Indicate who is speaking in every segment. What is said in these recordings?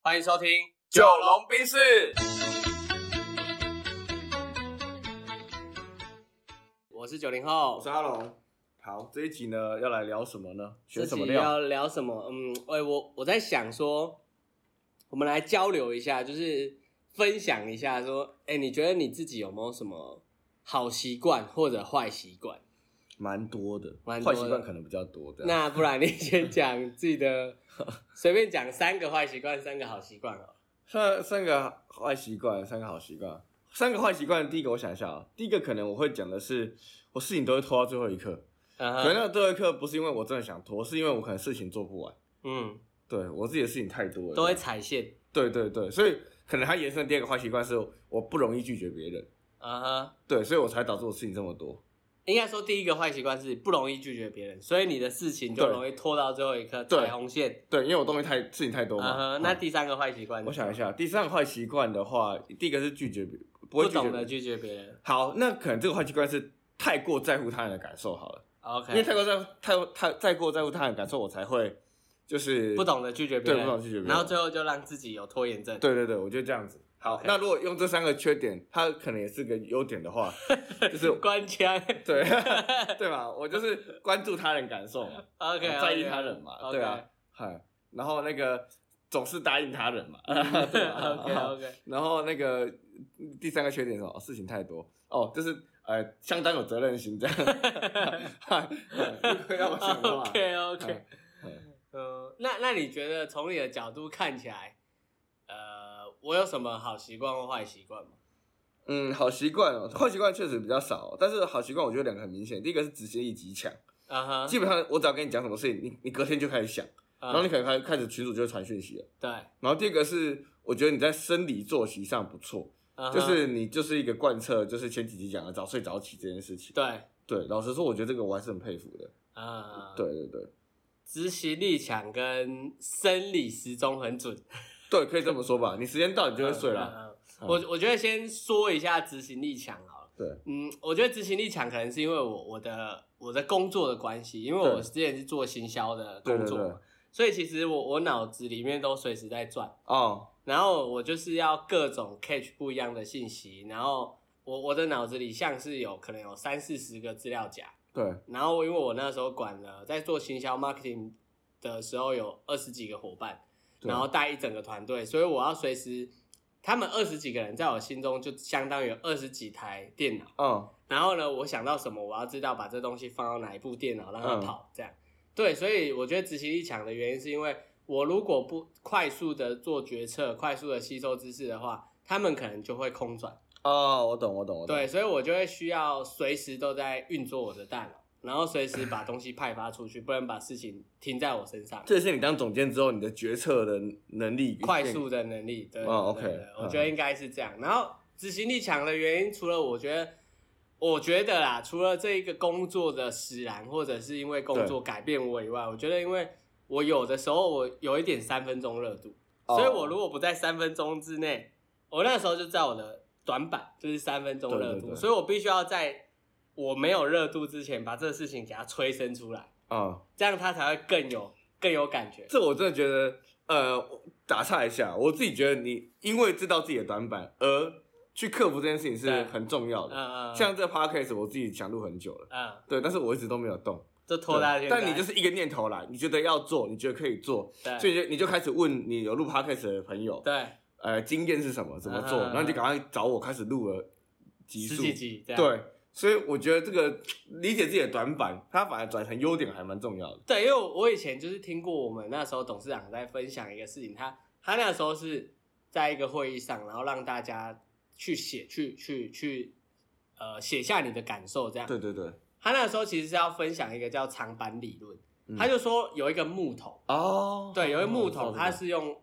Speaker 1: 欢迎收听《
Speaker 2: 九龙冰室。
Speaker 1: 我是九零后
Speaker 2: 我是，阿龙。好，这一集呢要来聊什么呢？
Speaker 1: 这
Speaker 2: 选什么
Speaker 1: 集
Speaker 2: 料？
Speaker 1: 要聊什么？嗯，哎、我我在想说，我们来交流一下，就是分享一下说，哎、你觉得你自己有没有什么好习惯或者坏习惯？
Speaker 2: 蛮多的，
Speaker 1: 蛮多
Speaker 2: 坏
Speaker 1: 的
Speaker 2: 习惯可能比较多的。
Speaker 1: 那不然你先讲自己的， 随便讲三个坏习惯，三个好习惯哦。
Speaker 2: 三三个坏习惯，三个好习惯，三个坏习惯。第一个我想一下啊，第一个可能我会讲的是，我事情都会拖到最后一刻。
Speaker 1: 嗯
Speaker 2: 可能
Speaker 1: 哼
Speaker 2: 那个最后一刻不是因为我真的想拖，是因为我可能事情做不完。
Speaker 1: 嗯，
Speaker 2: 对我自己的事情太多了，
Speaker 1: 都会踩线。
Speaker 2: 对对对，所以可能它延伸的第二个坏习惯是我不容易拒绝别人，啊
Speaker 1: 嗯哼，
Speaker 2: 对，所以我才导致我事情这么多。
Speaker 1: 应该说第一个坏习惯是不容易拒绝别人，所以你的事情就
Speaker 2: 对
Speaker 1: 容易拖到最后一刻，
Speaker 2: 对
Speaker 1: 踩红线。
Speaker 2: 对，因为我东西太事情太多
Speaker 1: 嗯
Speaker 2: 嘛。
Speaker 1: 哼，那第三个坏习惯，
Speaker 2: 我想一下，第三个坏习惯的话，第一个是拒绝别，不
Speaker 1: 不
Speaker 2: 会拒绝
Speaker 1: 懂
Speaker 2: 别
Speaker 1: 得
Speaker 2: 人
Speaker 1: 拒绝别人。
Speaker 2: 好，那可能这个坏习惯是太过在乎他人的感受好了，因为
Speaker 1: 哦 OK，
Speaker 2: 太过在乎太太太过在乎他人的感受，我才会就是
Speaker 1: 不。懂得拒绝别人，
Speaker 2: 对不懂得拒绝别人
Speaker 1: 然后最后就让自己有拖延症。
Speaker 2: 对对对，我觉得这样子。好
Speaker 1: OK
Speaker 2: 那如果用这三个缺点，它可能也是个优点 的话，就是
Speaker 1: 关腔。
Speaker 2: 对 对吧？我就是关注他人感受 嘛
Speaker 1: OK，
Speaker 2: 在意他 人嘛，对啊，嗨，然后那个总是答应他人嘛，
Speaker 1: 嗯
Speaker 2: 对吧
Speaker 1: OK OK，
Speaker 2: 然后那个嗯第三个缺点是什么？事情太多哦，就是呃，相当有责任心这 样。 要我想到
Speaker 1: OK OK，
Speaker 2: 嗯
Speaker 1: 嗯，那那你觉得从你的角度看起来，呃，我有什么好习惯或坏习惯吗？
Speaker 2: 嗯，好习惯哦，坏习惯确实比较少哦、但是好习惯我觉得两个很明显，第一个是执行力极强，
Speaker 1: 啊哈，
Speaker 2: 基本上我只要跟你讲什么事情，你你隔天就开始想，然后你
Speaker 1: 嗯
Speaker 2: 可能开开始群主就会传讯息了。
Speaker 1: 对，
Speaker 2: 然后第二个是我觉得你在生理作息上不错，
Speaker 1: 嗯哼
Speaker 2: 就是你就是一个贯彻，就是前几集讲的早睡早起这件事情。
Speaker 1: 对，
Speaker 2: 对，老实说，我觉得这个我还是很佩服的。
Speaker 1: 嗯，
Speaker 2: 对，对对。
Speaker 1: 执行力强跟生理时钟很准，
Speaker 2: 对，可以这么说吧。你时间到，你就会睡了。
Speaker 1: 嗯。嗯嗯
Speaker 2: 嗯
Speaker 1: 我我觉得先说一下执行力强好了。
Speaker 2: 对，
Speaker 1: 嗯，我觉得执行力强可能是因为我我的我的工作的关系，因为我
Speaker 2: 对
Speaker 1: 之前是做行销的工作嘛，
Speaker 2: 对对对
Speaker 1: 所以其实我我脑子里面都随时在转，
Speaker 2: 哦，
Speaker 1: 然后我就是要各种 catch 不一样的信息，然后我我的脑子里像是有可能有三四十个资料夹，
Speaker 2: 对，
Speaker 1: 然后因为我那时候管了在做行销 marketing 的时候有二十几个伙伴，
Speaker 2: 对啊
Speaker 1: 然后带一整个团队，所以我要随时。他们二十几个人在我心中就相当于二十几台电脑，
Speaker 2: 嗯，
Speaker 1: 然后呢，我想到什么，我要知道把这东西放到哪一部电脑让它
Speaker 2: 嗯
Speaker 1: 跑，这样。对，所以我觉得执行力强的原因是因为我如果不快速的做决策、快速的吸收知识的话，他们可能就会空转。
Speaker 2: 哦，我懂，我懂，我懂。
Speaker 1: 对，所以我就会需要随时都在运作我的大脑，然后随时把东西派发出去，不能把事情停在我身上。
Speaker 2: 这是你当总监之后，你的决策的能力
Speaker 1: 快速的能力，对，
Speaker 2: 哦
Speaker 1: 对对
Speaker 2: OK，
Speaker 1: 对我觉得应该是这样。然后执行力强的原因，除了我觉得，我觉得啦，除了这一个工作的使然，或者是因为工作改变我以外，我觉得因为我有的时候我有一点三分钟热度，
Speaker 2: 哦
Speaker 1: 所以我如果不在三分钟之内，我那时候就在我的短板就是三分钟热度，
Speaker 2: 对对对
Speaker 1: 所以我必须要在我没有热度之前把这个事情给它催生出来，
Speaker 2: 啊、嗯
Speaker 1: 这样它才会更有更有感觉。
Speaker 2: 这我真的觉得，呃，我打岔一下，我自己觉得你因为知道自己的短板而去克服这件事情
Speaker 1: 对
Speaker 2: 是很重要
Speaker 1: 嗯
Speaker 2: 的。
Speaker 1: 嗯，嗯
Speaker 2: 像这 podcast 我自己想录很久了，
Speaker 1: 嗯。
Speaker 2: 对，但是我一直都没有动。
Speaker 1: 就拖大
Speaker 2: 对
Speaker 1: 现在。
Speaker 2: 但你就是一个念头啦，你觉得要做，你觉得可以做，
Speaker 1: 对
Speaker 2: 所以你就你就开始问你有录 podcast 的朋友，
Speaker 1: 对
Speaker 2: 呃经验是什么，怎么做，
Speaker 1: 嗯
Speaker 2: 然后你就赶快找我开始录了集
Speaker 1: 十
Speaker 2: 数。
Speaker 1: 几集这样。
Speaker 2: 对，所以我觉得这个理解自己的短板，它反而转成优点还蛮重要的。
Speaker 1: 对，因为我以前就是听过我们那时候董事长在分享一个事情，他他那时候是在一个会议上，然后让大家去写去去去呃写下你的感受这样。
Speaker 2: 对对对，
Speaker 1: 他那时候其实是要分享一个叫长板理论，
Speaker 2: 嗯
Speaker 1: 他就说有一个木桶，
Speaker 2: 哦
Speaker 1: 对，有一个木桶，它
Speaker 2: 它
Speaker 1: 是用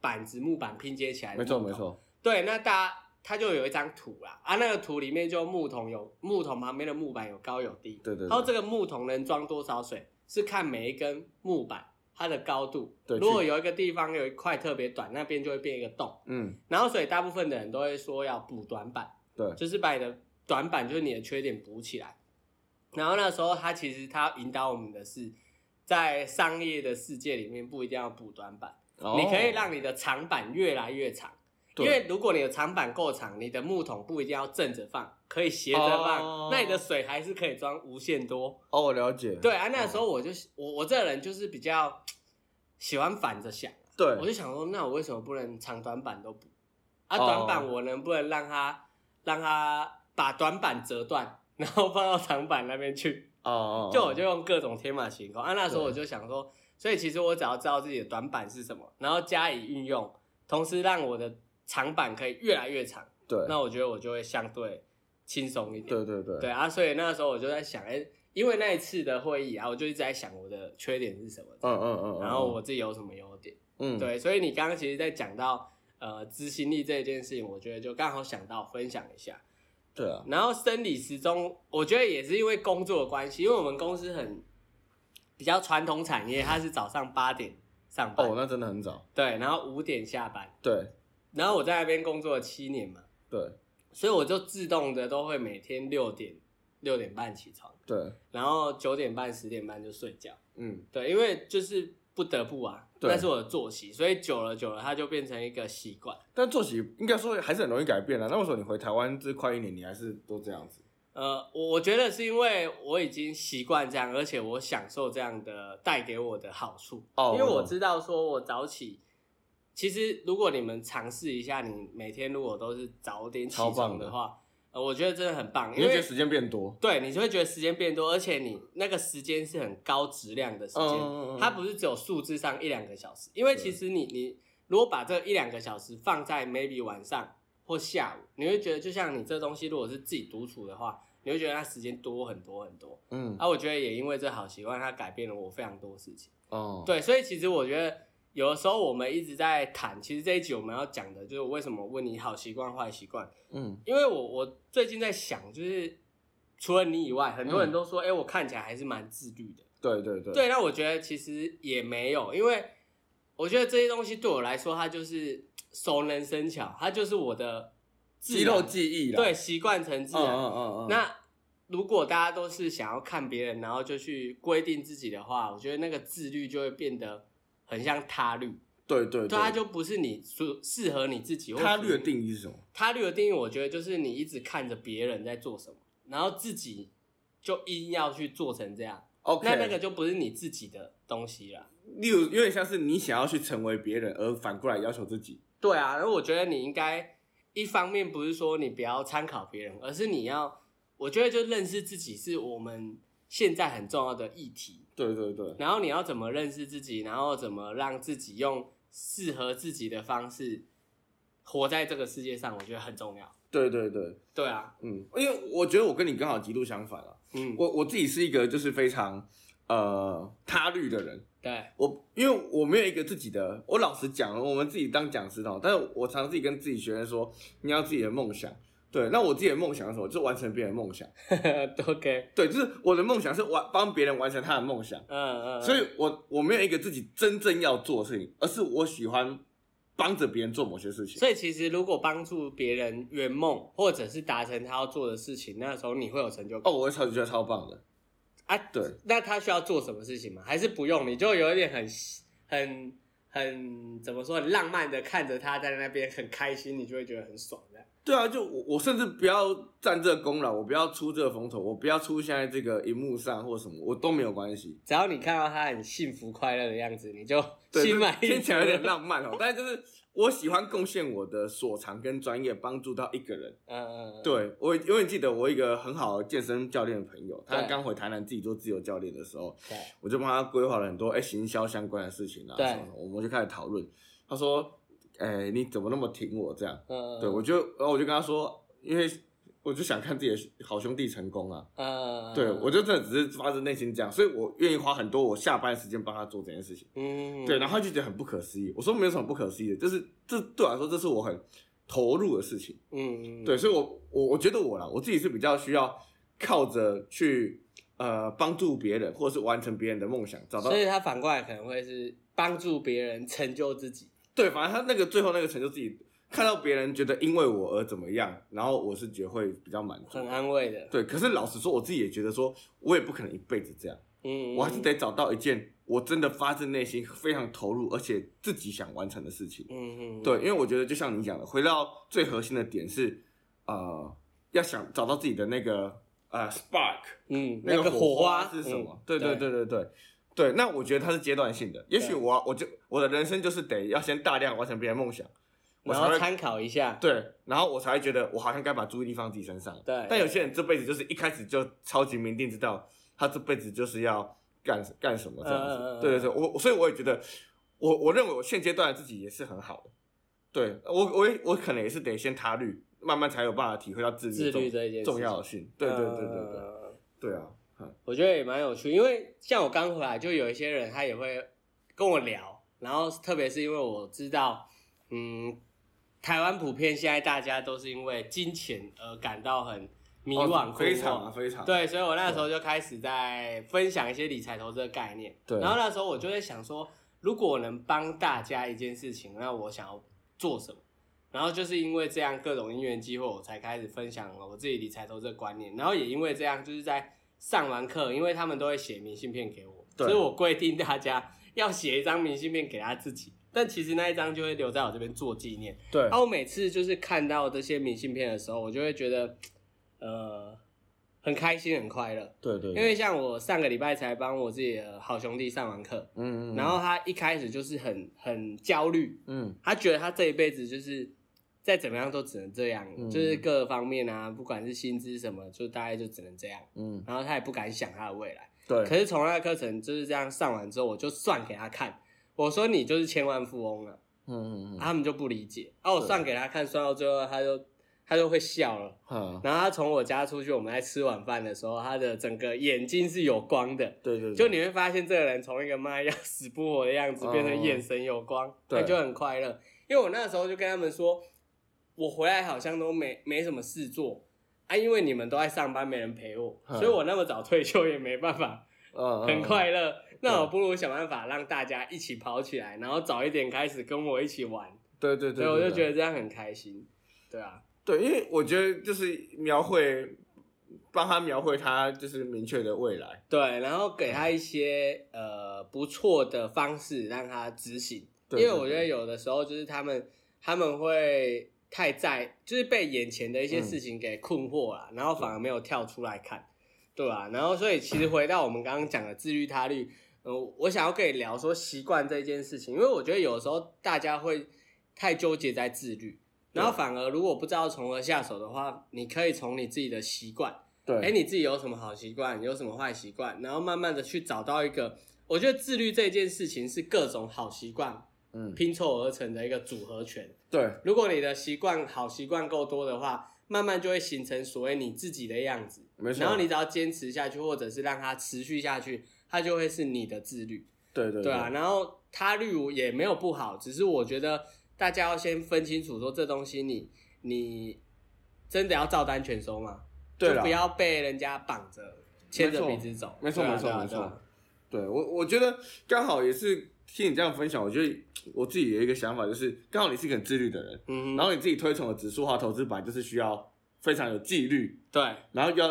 Speaker 1: 板子木板拼接起来的，
Speaker 2: 没错没。错，
Speaker 1: 对，那大家他就有一张图啦，啊，那个图里面就木桶有木桶旁边的木板有高有低，
Speaker 2: 对对
Speaker 1: 然后
Speaker 2: 对
Speaker 1: 这个木桶能装多少水，是看每一根木板它的高度。
Speaker 2: 对
Speaker 1: 如果有一个地方有一块特别短，那边就会变一个洞。
Speaker 2: 嗯
Speaker 1: 然后所以大部分的人都会说要补短板，
Speaker 2: 对
Speaker 1: 就是把你的短板，就是你的缺点补起来。然后那时候他其实他要引导我们的是，在商业的世界里面不一定要补短板，
Speaker 2: 哦
Speaker 1: 你可以让你的长板越来越长。因
Speaker 2: 对
Speaker 1: 为如果你的长板够长，你的木桶不一定要正着放，可以斜着放，
Speaker 2: 哦
Speaker 1: 那你的水还是可以装无限多。
Speaker 2: 哦，我了解，
Speaker 1: 对啊，那时候我就我我这人就是比较喜欢反着想，
Speaker 2: 对
Speaker 1: 我就想说，那我为什么不能长短板都补？啊，
Speaker 2: 哦
Speaker 1: 短板我能不能让它让它把短板折断，然后放到长板那边去？
Speaker 2: 哦哦，哦
Speaker 1: 就我就用各种天马行空啊。那时候
Speaker 2: 对
Speaker 1: 我就想说，所以其实我只要知道自己的短板是什么，然后加以运用，同时让我的长板可以越来越长，
Speaker 2: 对，
Speaker 1: 那我觉得我就会相对轻松一点。
Speaker 2: 对对对
Speaker 1: 对啊，所以那时候我就在想，哎、因为那一次的会议啊，我就一直在想我的缺点是什么，
Speaker 2: 嗯嗯嗯，嗯
Speaker 1: 然后我自己有什么优点。
Speaker 2: 嗯
Speaker 1: 对，所以你刚刚其实，在讲到呃执行力这一件事情，我觉得就刚好想到分享一下。
Speaker 2: 对啊，
Speaker 1: 然后生理时钟，我觉得也是因为工作的关系，因为我们公司很比较传统产业，它是早上八点上班，
Speaker 2: 哦，那真的很早，
Speaker 1: 对，然后五点下班。
Speaker 2: 对
Speaker 1: 然后我在那边工作了七年嘛，
Speaker 2: 对
Speaker 1: 所以我就自动的都会每天六点六点半起床，
Speaker 2: 对，
Speaker 1: 然后九点半十点半就睡觉。
Speaker 2: 嗯
Speaker 1: 对，因为就是不得不啊，
Speaker 2: 对
Speaker 1: 那是我的作息，所以久了久了，它就变成一个习惯。
Speaker 2: 但作息应该说还是很容易改变的。啊那为什么你回台湾这快一年，你还是都这样子？
Speaker 1: 呃，我我觉得是因为我已经习惯这样，而且我享受这样的带给我的好处。
Speaker 2: 哦
Speaker 1: 因为我知道说我早起，其实如果你们尝试一下，你每天如果都是早点起
Speaker 2: 超
Speaker 1: 床
Speaker 2: 棒
Speaker 1: 的
Speaker 2: 的
Speaker 1: 话，呃，我觉得真的很棒，
Speaker 2: 你
Speaker 1: 因
Speaker 2: 会
Speaker 1: 为
Speaker 2: 觉得时间变多，
Speaker 1: 对你就会觉得时间变多，而且你那个时间是很高质量的时间，
Speaker 2: 嗯嗯嗯嗯
Speaker 1: 它不是只有数字上一两个小时，因为其实你你如果把这一两个小时放在 maybe 晚上或下午，你会觉得就像你这东西如果是自己独处的话，你会觉得它时间多很多很多。
Speaker 2: 嗯
Speaker 1: 啊，我觉得也因为这好习惯，它改变了我非常多事情。
Speaker 2: 哦，
Speaker 1: 对，所以其实我觉得有的时候我们一直在谈，其实这一集我们要讲的就是为什么问你好习惯坏习惯，
Speaker 2: 嗯
Speaker 1: 因为我我最近在想，就是除了你以外，很多
Speaker 2: 嗯
Speaker 1: 人都说，哎、我看起来还是蛮自律的。
Speaker 2: 对对对
Speaker 1: 对，那我觉得其实也没有，因为我觉得这些东西对我来说，它就是熟能生巧，它就是我的自然
Speaker 2: 肌肉记忆啦，
Speaker 1: 对，习惯成自
Speaker 2: 嗯
Speaker 1: 然。
Speaker 2: 嗯嗯嗯，
Speaker 1: 那如果大家都是想要看别人，然后就去规定自己的话，我觉得那个自律就会变得很像他律，
Speaker 2: 对对
Speaker 1: 对，它就不是你所适合你自己。或
Speaker 2: 他
Speaker 1: 属
Speaker 2: 律的
Speaker 1: 于
Speaker 2: 定义是什么？
Speaker 1: 他律的定义，我觉得就是你一直看着别人在做什么，然后自己就硬要去做成这样
Speaker 2: OK，
Speaker 1: 那那个就不是你自己的东西了。
Speaker 2: 例如有点像是你想要去成为别人，而反过来要求自己。
Speaker 1: 对啊，而我觉得你应该一方面不是说你不要参考别人，而是你要，我觉得就认识自己是我们现在很重要的议题。
Speaker 2: 对对对，
Speaker 1: 然后你要怎么认识自己，然后怎么让自己用适合自己的方式活在这个世界上，我觉得很重要。
Speaker 2: 对对对，
Speaker 1: 对啊，
Speaker 2: 嗯，因为我觉得我跟你刚好极度相反啊。
Speaker 1: 嗯，
Speaker 2: 我我自己是一个就是非常呃他律的人，
Speaker 1: 对，
Speaker 2: 我因为我没有一个自己的，我老实讲，我们自己当讲师的哦，但是我常常自己跟自己学生说，你要自己的梦想。对，那我自己的梦想是什么？就是完成别人的梦想。
Speaker 1: OK，
Speaker 2: 对，就是我的梦想是完帮别人完成他的梦想。
Speaker 1: 嗯嗯，
Speaker 2: 所以我我没有一个自己真正要做的事情，而是我喜欢帮着别人做某些事情。
Speaker 1: 所以其实如果帮助别人圆梦，或者是达成他要做的事情，那时候你会有成就感
Speaker 2: 哦，我会超级觉得超棒的。
Speaker 1: 啊。
Speaker 2: 对，
Speaker 1: 那他需要做什么事情吗？还是不用？你就有一点很很很怎么说，很浪漫的看着他在那边很开心，你就会觉得很爽的。
Speaker 2: 对啊，就我我甚至不要占这个功劳，我不要出这个风头，我不要出现在这个荧幕上或什么，我都没有关系。
Speaker 1: 只要你看到他很幸福快乐的样子，你就
Speaker 2: 对，
Speaker 1: 心满
Speaker 2: 就是
Speaker 1: 意
Speaker 2: 听
Speaker 1: 足
Speaker 2: 起来有点
Speaker 1: 了。
Speaker 2: 浪漫 哦，但是就是我喜欢贡献我的所长跟专业，帮助到一个人。
Speaker 1: 嗯嗯，嗯，
Speaker 2: 对我永远记得我一个很好的健身教练的朋友，他
Speaker 1: 对
Speaker 2: 刚回台南自己做自由教练的时候，
Speaker 1: 对
Speaker 2: 我就帮他规划了很多哎、行销相关的事情啊，
Speaker 1: 对
Speaker 2: 什么什么我们就开始讨论。他说：“哎、你怎么那么挺我这样？”
Speaker 1: 嗯，
Speaker 2: 对我就，然后我就跟他说，因为我就想看自己的好兄弟成功啊。
Speaker 1: 嗯，嗯
Speaker 2: 对我，就真的只是发自内心这样，所以我愿意花很多我下班的时间帮他做这件事情。
Speaker 1: 嗯，
Speaker 2: 对，然后他就觉得很不可思议。我说没有什么不可思议的，就是这对我来说，这是我很投入的事情。
Speaker 1: 嗯，嗯，
Speaker 2: 对，所以我我我觉得我啦，我自己是比较需要靠着去呃帮助别人，或者是完成别人的梦想，找到
Speaker 1: 所以他反过来可能会是帮助别人成就自己。
Speaker 2: 对，反正他那个最后那个成就自己看到别人觉得因为我而怎么样，然后我是觉得会比较满足
Speaker 1: 嗯很。安慰的。
Speaker 2: 对，可是老实说，我自己也觉得说，我也不可能一辈子这样。
Speaker 1: 嗯，
Speaker 2: 我还是得找到一件我真的发自内心非常投入，而且自己想完成的事情。
Speaker 1: 嗯嗯，
Speaker 2: 对，因为我觉得就像你讲的，回到最核心的点是，呃，要想找到自己的那个呃 spark，
Speaker 1: 嗯，
Speaker 2: 那
Speaker 1: 个
Speaker 2: 个
Speaker 1: 火
Speaker 2: 火花
Speaker 1: 花
Speaker 2: 是什
Speaker 1: 嗯
Speaker 2: 么？对对对对对对，那我觉得它是阶段性的。也许
Speaker 1: 对
Speaker 2: 我我就我的人生就是得要先大量完成别人的梦想，我
Speaker 1: 然
Speaker 2: 才
Speaker 1: 后
Speaker 2: 会
Speaker 1: 参考一下，
Speaker 2: 对，然后我才会觉得我好像该把注意力放自己身上。
Speaker 1: 对
Speaker 2: 但有些人这辈子就是一开始就超级明定知道他这辈子就是要干干什么这样
Speaker 1: 嗯
Speaker 2: 子。
Speaker 1: 嗯嗯嗯
Speaker 2: 对对对，我所以我也觉得，我我认为我现阶段的自己也是很好的。对我我也我可能也是得先踏律，慢慢才有办法体会到自律
Speaker 1: 自律
Speaker 2: 重
Speaker 1: 这一件事
Speaker 2: 重要
Speaker 1: 情。
Speaker 2: 性。对对对对对对
Speaker 1: 呃
Speaker 2: 对啊！嗯
Speaker 1: 我觉得也蛮有趣，因为像我刚回来，就有一些人他也会跟我聊，然后特别是因为我知道，嗯，台湾普遍现在大家都是因为金钱而感到很迷惘、
Speaker 2: 哦非
Speaker 1: 困惑
Speaker 2: 常啊非常
Speaker 1: 对，所以我那时候就开始在分享一些理财投资的概念。
Speaker 2: 对
Speaker 1: 然后那时候我就在想说，如果我能帮大家一件事情，那我想要做什么？然后就是因为这样各种因缘机会，我才开始分享我自己理财投资的观念。然后也因为这样，就是在上完课，因为他们都会写明信片给我，
Speaker 2: 对
Speaker 1: 所以我规定大家要写一张明信片给他自己。但其实那一张就会留在我这边做纪念。
Speaker 2: 对
Speaker 1: 然后我每次就是看到这些明信片的时候，我就会觉得，呃，很开心，很快乐。
Speaker 2: 对对，
Speaker 1: 因为像我上个礼拜才帮我自己的好兄弟上完课，
Speaker 2: 嗯嗯，
Speaker 1: 然后他一开始就是很很焦虑，
Speaker 2: 嗯
Speaker 1: 他觉得他这一辈子就是再怎么样都只能这样，
Speaker 2: 嗯
Speaker 1: 就是各方面啊，不管是薪资什么，就大概就只能这样。
Speaker 2: 嗯
Speaker 1: 然后他也不敢想他的未来。
Speaker 2: 对，
Speaker 1: 可是从那个课程就是这样上完之后，我就算给他看，我说你就是千万富翁了。啊
Speaker 2: 嗯嗯嗯
Speaker 1: 他们就不理解。啊，我
Speaker 2: 对
Speaker 1: 算给他看，算到最后，他就他就会笑了。
Speaker 2: 哈，
Speaker 1: 然后他从我家出去，我们在吃晚饭的时候，他的整个眼睛是有光的，
Speaker 2: 对对，对
Speaker 1: 就你会发现这个人从一个妈要死不活的样子，
Speaker 2: 哦
Speaker 1: 变成眼神有光，
Speaker 2: 对
Speaker 1: 他就很快乐。因为我那时候就跟他们说，我回来好像都没没什么事做啊，因为你们都在上班，没人陪我，
Speaker 2: 嗯
Speaker 1: 所以我那么早退休也没办法
Speaker 2: 嗯嗯
Speaker 1: 很快乐。那
Speaker 2: 对
Speaker 1: 我不如想办法让大家一起跑起来，然后早一点开始跟我一起玩。
Speaker 2: 对对
Speaker 1: 所
Speaker 2: 对，
Speaker 1: 以我就
Speaker 2: 对
Speaker 1: 觉得这样很开心。对啊，
Speaker 2: 对，因为我觉得就是描绘，帮他描绘他就是明确的未来。
Speaker 1: 对，然后给他一些呃不错的方式让他执行，因
Speaker 2: 对
Speaker 1: 为
Speaker 2: 对
Speaker 1: 我觉得有的时候就是他们他们会太在，就是被眼前的一些事情给困惑了，然后反而没有跳出来看，对吧、然后所以其实回到我们刚刚讲的自律他律，呃，我想要跟你聊说习惯这件事情，因为我觉得有的时候大家会太纠结在自律。然后
Speaker 2: 对
Speaker 1: 反而，如果不知道从何下手的话，你可以从你自己的习惯，
Speaker 2: 对，
Speaker 1: 哎、你自己有什么好习惯，有什么坏习惯，然后慢慢的去找到一个，我觉得自律这件事情是各种好习惯
Speaker 2: 嗯，
Speaker 1: 拼凑而成的一个组合拳。
Speaker 2: 对
Speaker 1: 如果你的习惯好习惯够多的话，慢慢就会形成所谓你自己的样子。
Speaker 2: 没错
Speaker 1: 然后你只要坚持下去，或者是让它持续下去，它就会是你的自律。
Speaker 2: 对对
Speaker 1: 对啊，，然后他律我也没有不好，只是我觉得大家要先分清楚，说这东西你你真的要照单全收吗？
Speaker 2: 对
Speaker 1: 就
Speaker 2: 啦
Speaker 1: 不要被人家绑着牵着鼻子走。
Speaker 2: 没错
Speaker 1: 对啊
Speaker 2: 没错
Speaker 1: 对啊
Speaker 2: 没错
Speaker 1: 对啊
Speaker 2: 对我我觉得刚好也是听你这样分享，我觉得我自己有一个想法，就是刚好你是一个很自律的人，
Speaker 1: 嗯哼，
Speaker 2: 然后你自己推崇的指数化投资版就是需要非常有纪律，
Speaker 1: 对，
Speaker 2: 然后要。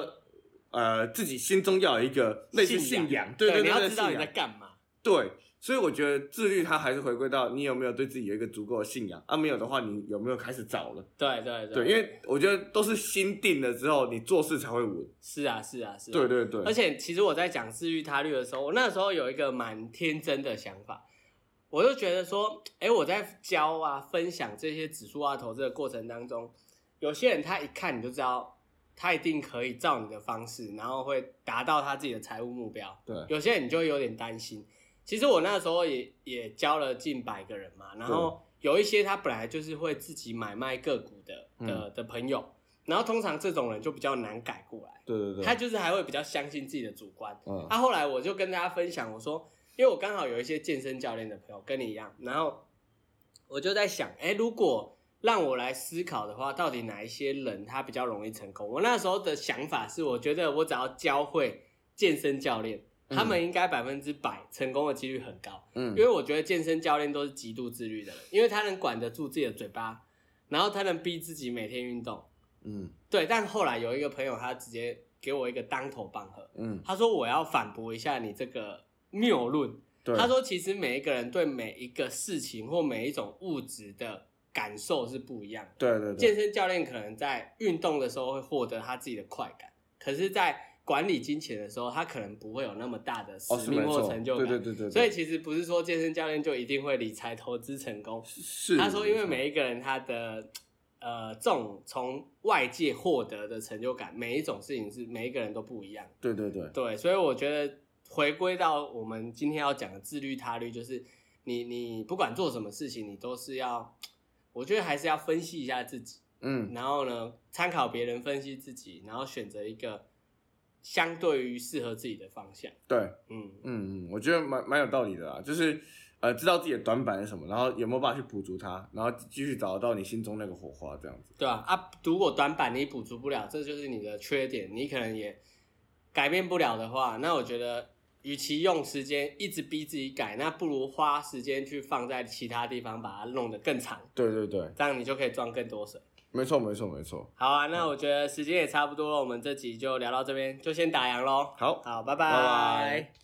Speaker 2: 呃，自己心中要有一个类似信仰，对
Speaker 1: 对，
Speaker 2: 对
Speaker 1: 你
Speaker 2: 对，
Speaker 1: 要
Speaker 2: 对
Speaker 1: 知道你
Speaker 2: 信
Speaker 1: 在
Speaker 2: 仰
Speaker 1: 干嘛。
Speaker 2: 对，所以我觉得自律它还是回归到你有没有对自己有一个足够的信仰，啊，没有的话，你有没有开始找了？
Speaker 1: 对对
Speaker 2: 对，因为我觉得都是心定了之后，你做事才会稳。
Speaker 1: 是啊是啊是啊。
Speaker 2: 对对对，
Speaker 1: 而且其实我在讲自愈他律的时候，我那时候有一个蛮天真的想法，我就觉得说，哎、我在教啊、分享这些指数化投资的过程当中，有些人他一看你就知道，他一定可以照你的方式，然后会达到他自己的财务目标。
Speaker 2: 对
Speaker 1: 有些人你就会有点担心。其实我那时候也也教了近百个人嘛，然后有一些他本来就是会自己买卖个股的
Speaker 2: 嗯
Speaker 1: 的的朋友，然后通常这种人就比较难改过来。
Speaker 2: 对对对，
Speaker 1: 他就是还会比较相信自己的主观。
Speaker 2: 嗯
Speaker 1: 啊他、后来我就跟大家分享，我说，因为我刚好有一些健身教练的朋友跟你一样，然后我就在想，哎、如果让我来思考的话，到底哪一些人他比较容易成功？我那时候的想法是，我觉得我只要教会健身教练，
Speaker 2: 嗯
Speaker 1: 他们应该百分之百成功的几率很高。
Speaker 2: 嗯
Speaker 1: 因为我觉得健身教练都是极度自律的人，因为他能管得住自己的嘴巴，然后他能逼自己每天运动，
Speaker 2: 嗯
Speaker 1: 对，但后来有一个朋友他直接给我一个当头棒喝。
Speaker 2: 嗯，
Speaker 1: 他说我要反驳一下你这个谬论。
Speaker 2: 对，
Speaker 1: 他说其实每一个人对每一个事情或每一种物质的感受是不一样的。
Speaker 2: 对对对，
Speaker 1: 健身教练可能在运动的时候会获得他自己的快感，可是，在管理金钱的时候，他可能不会有那么大的
Speaker 2: 哦，
Speaker 1: 使
Speaker 2: 是
Speaker 1: 命
Speaker 2: 没
Speaker 1: 或
Speaker 2: 错
Speaker 1: 成就感。
Speaker 2: 对对对对，对
Speaker 1: 所以其实不是说健身教练就一定会理财投资成功。
Speaker 2: 是
Speaker 1: 他说，因为
Speaker 2: 没错
Speaker 1: 每一个人他的呃这种从外界获得的成就感，每一种事情是每一个人都不一样。
Speaker 2: 对对对，
Speaker 1: 对，所以我觉得回归到我们今天要讲的自律他律，就是你你不管做什么事情，你都是要，我觉得还是要分析一下自己，
Speaker 2: 嗯，
Speaker 1: 然后呢参考别人分析自己，然后选择一个相对于适合自己的方向。
Speaker 2: 对，
Speaker 1: 嗯，
Speaker 2: 嗯嗯，我觉得蛮蛮有道理的啦，就是呃，知道自己的短板是什么，然后有没有办法去补足它，然后继续找到你心中那个火花，这样子。
Speaker 1: 对啊，啊，如果短板你补足不了，这就是你的缺点，你可能也改变不了的话，那我觉得，与其用时间一直逼自己改，那不如花时间去放在其他地方，把它弄得更长，
Speaker 2: 对对对，
Speaker 1: 这样你就可以装更多水。
Speaker 2: 没错没错没错。
Speaker 1: 好啊，那我觉得时间也差不多了，我们这集就聊到这边，就先打烊喽。
Speaker 2: 好，
Speaker 1: 好，拜
Speaker 2: 拜拜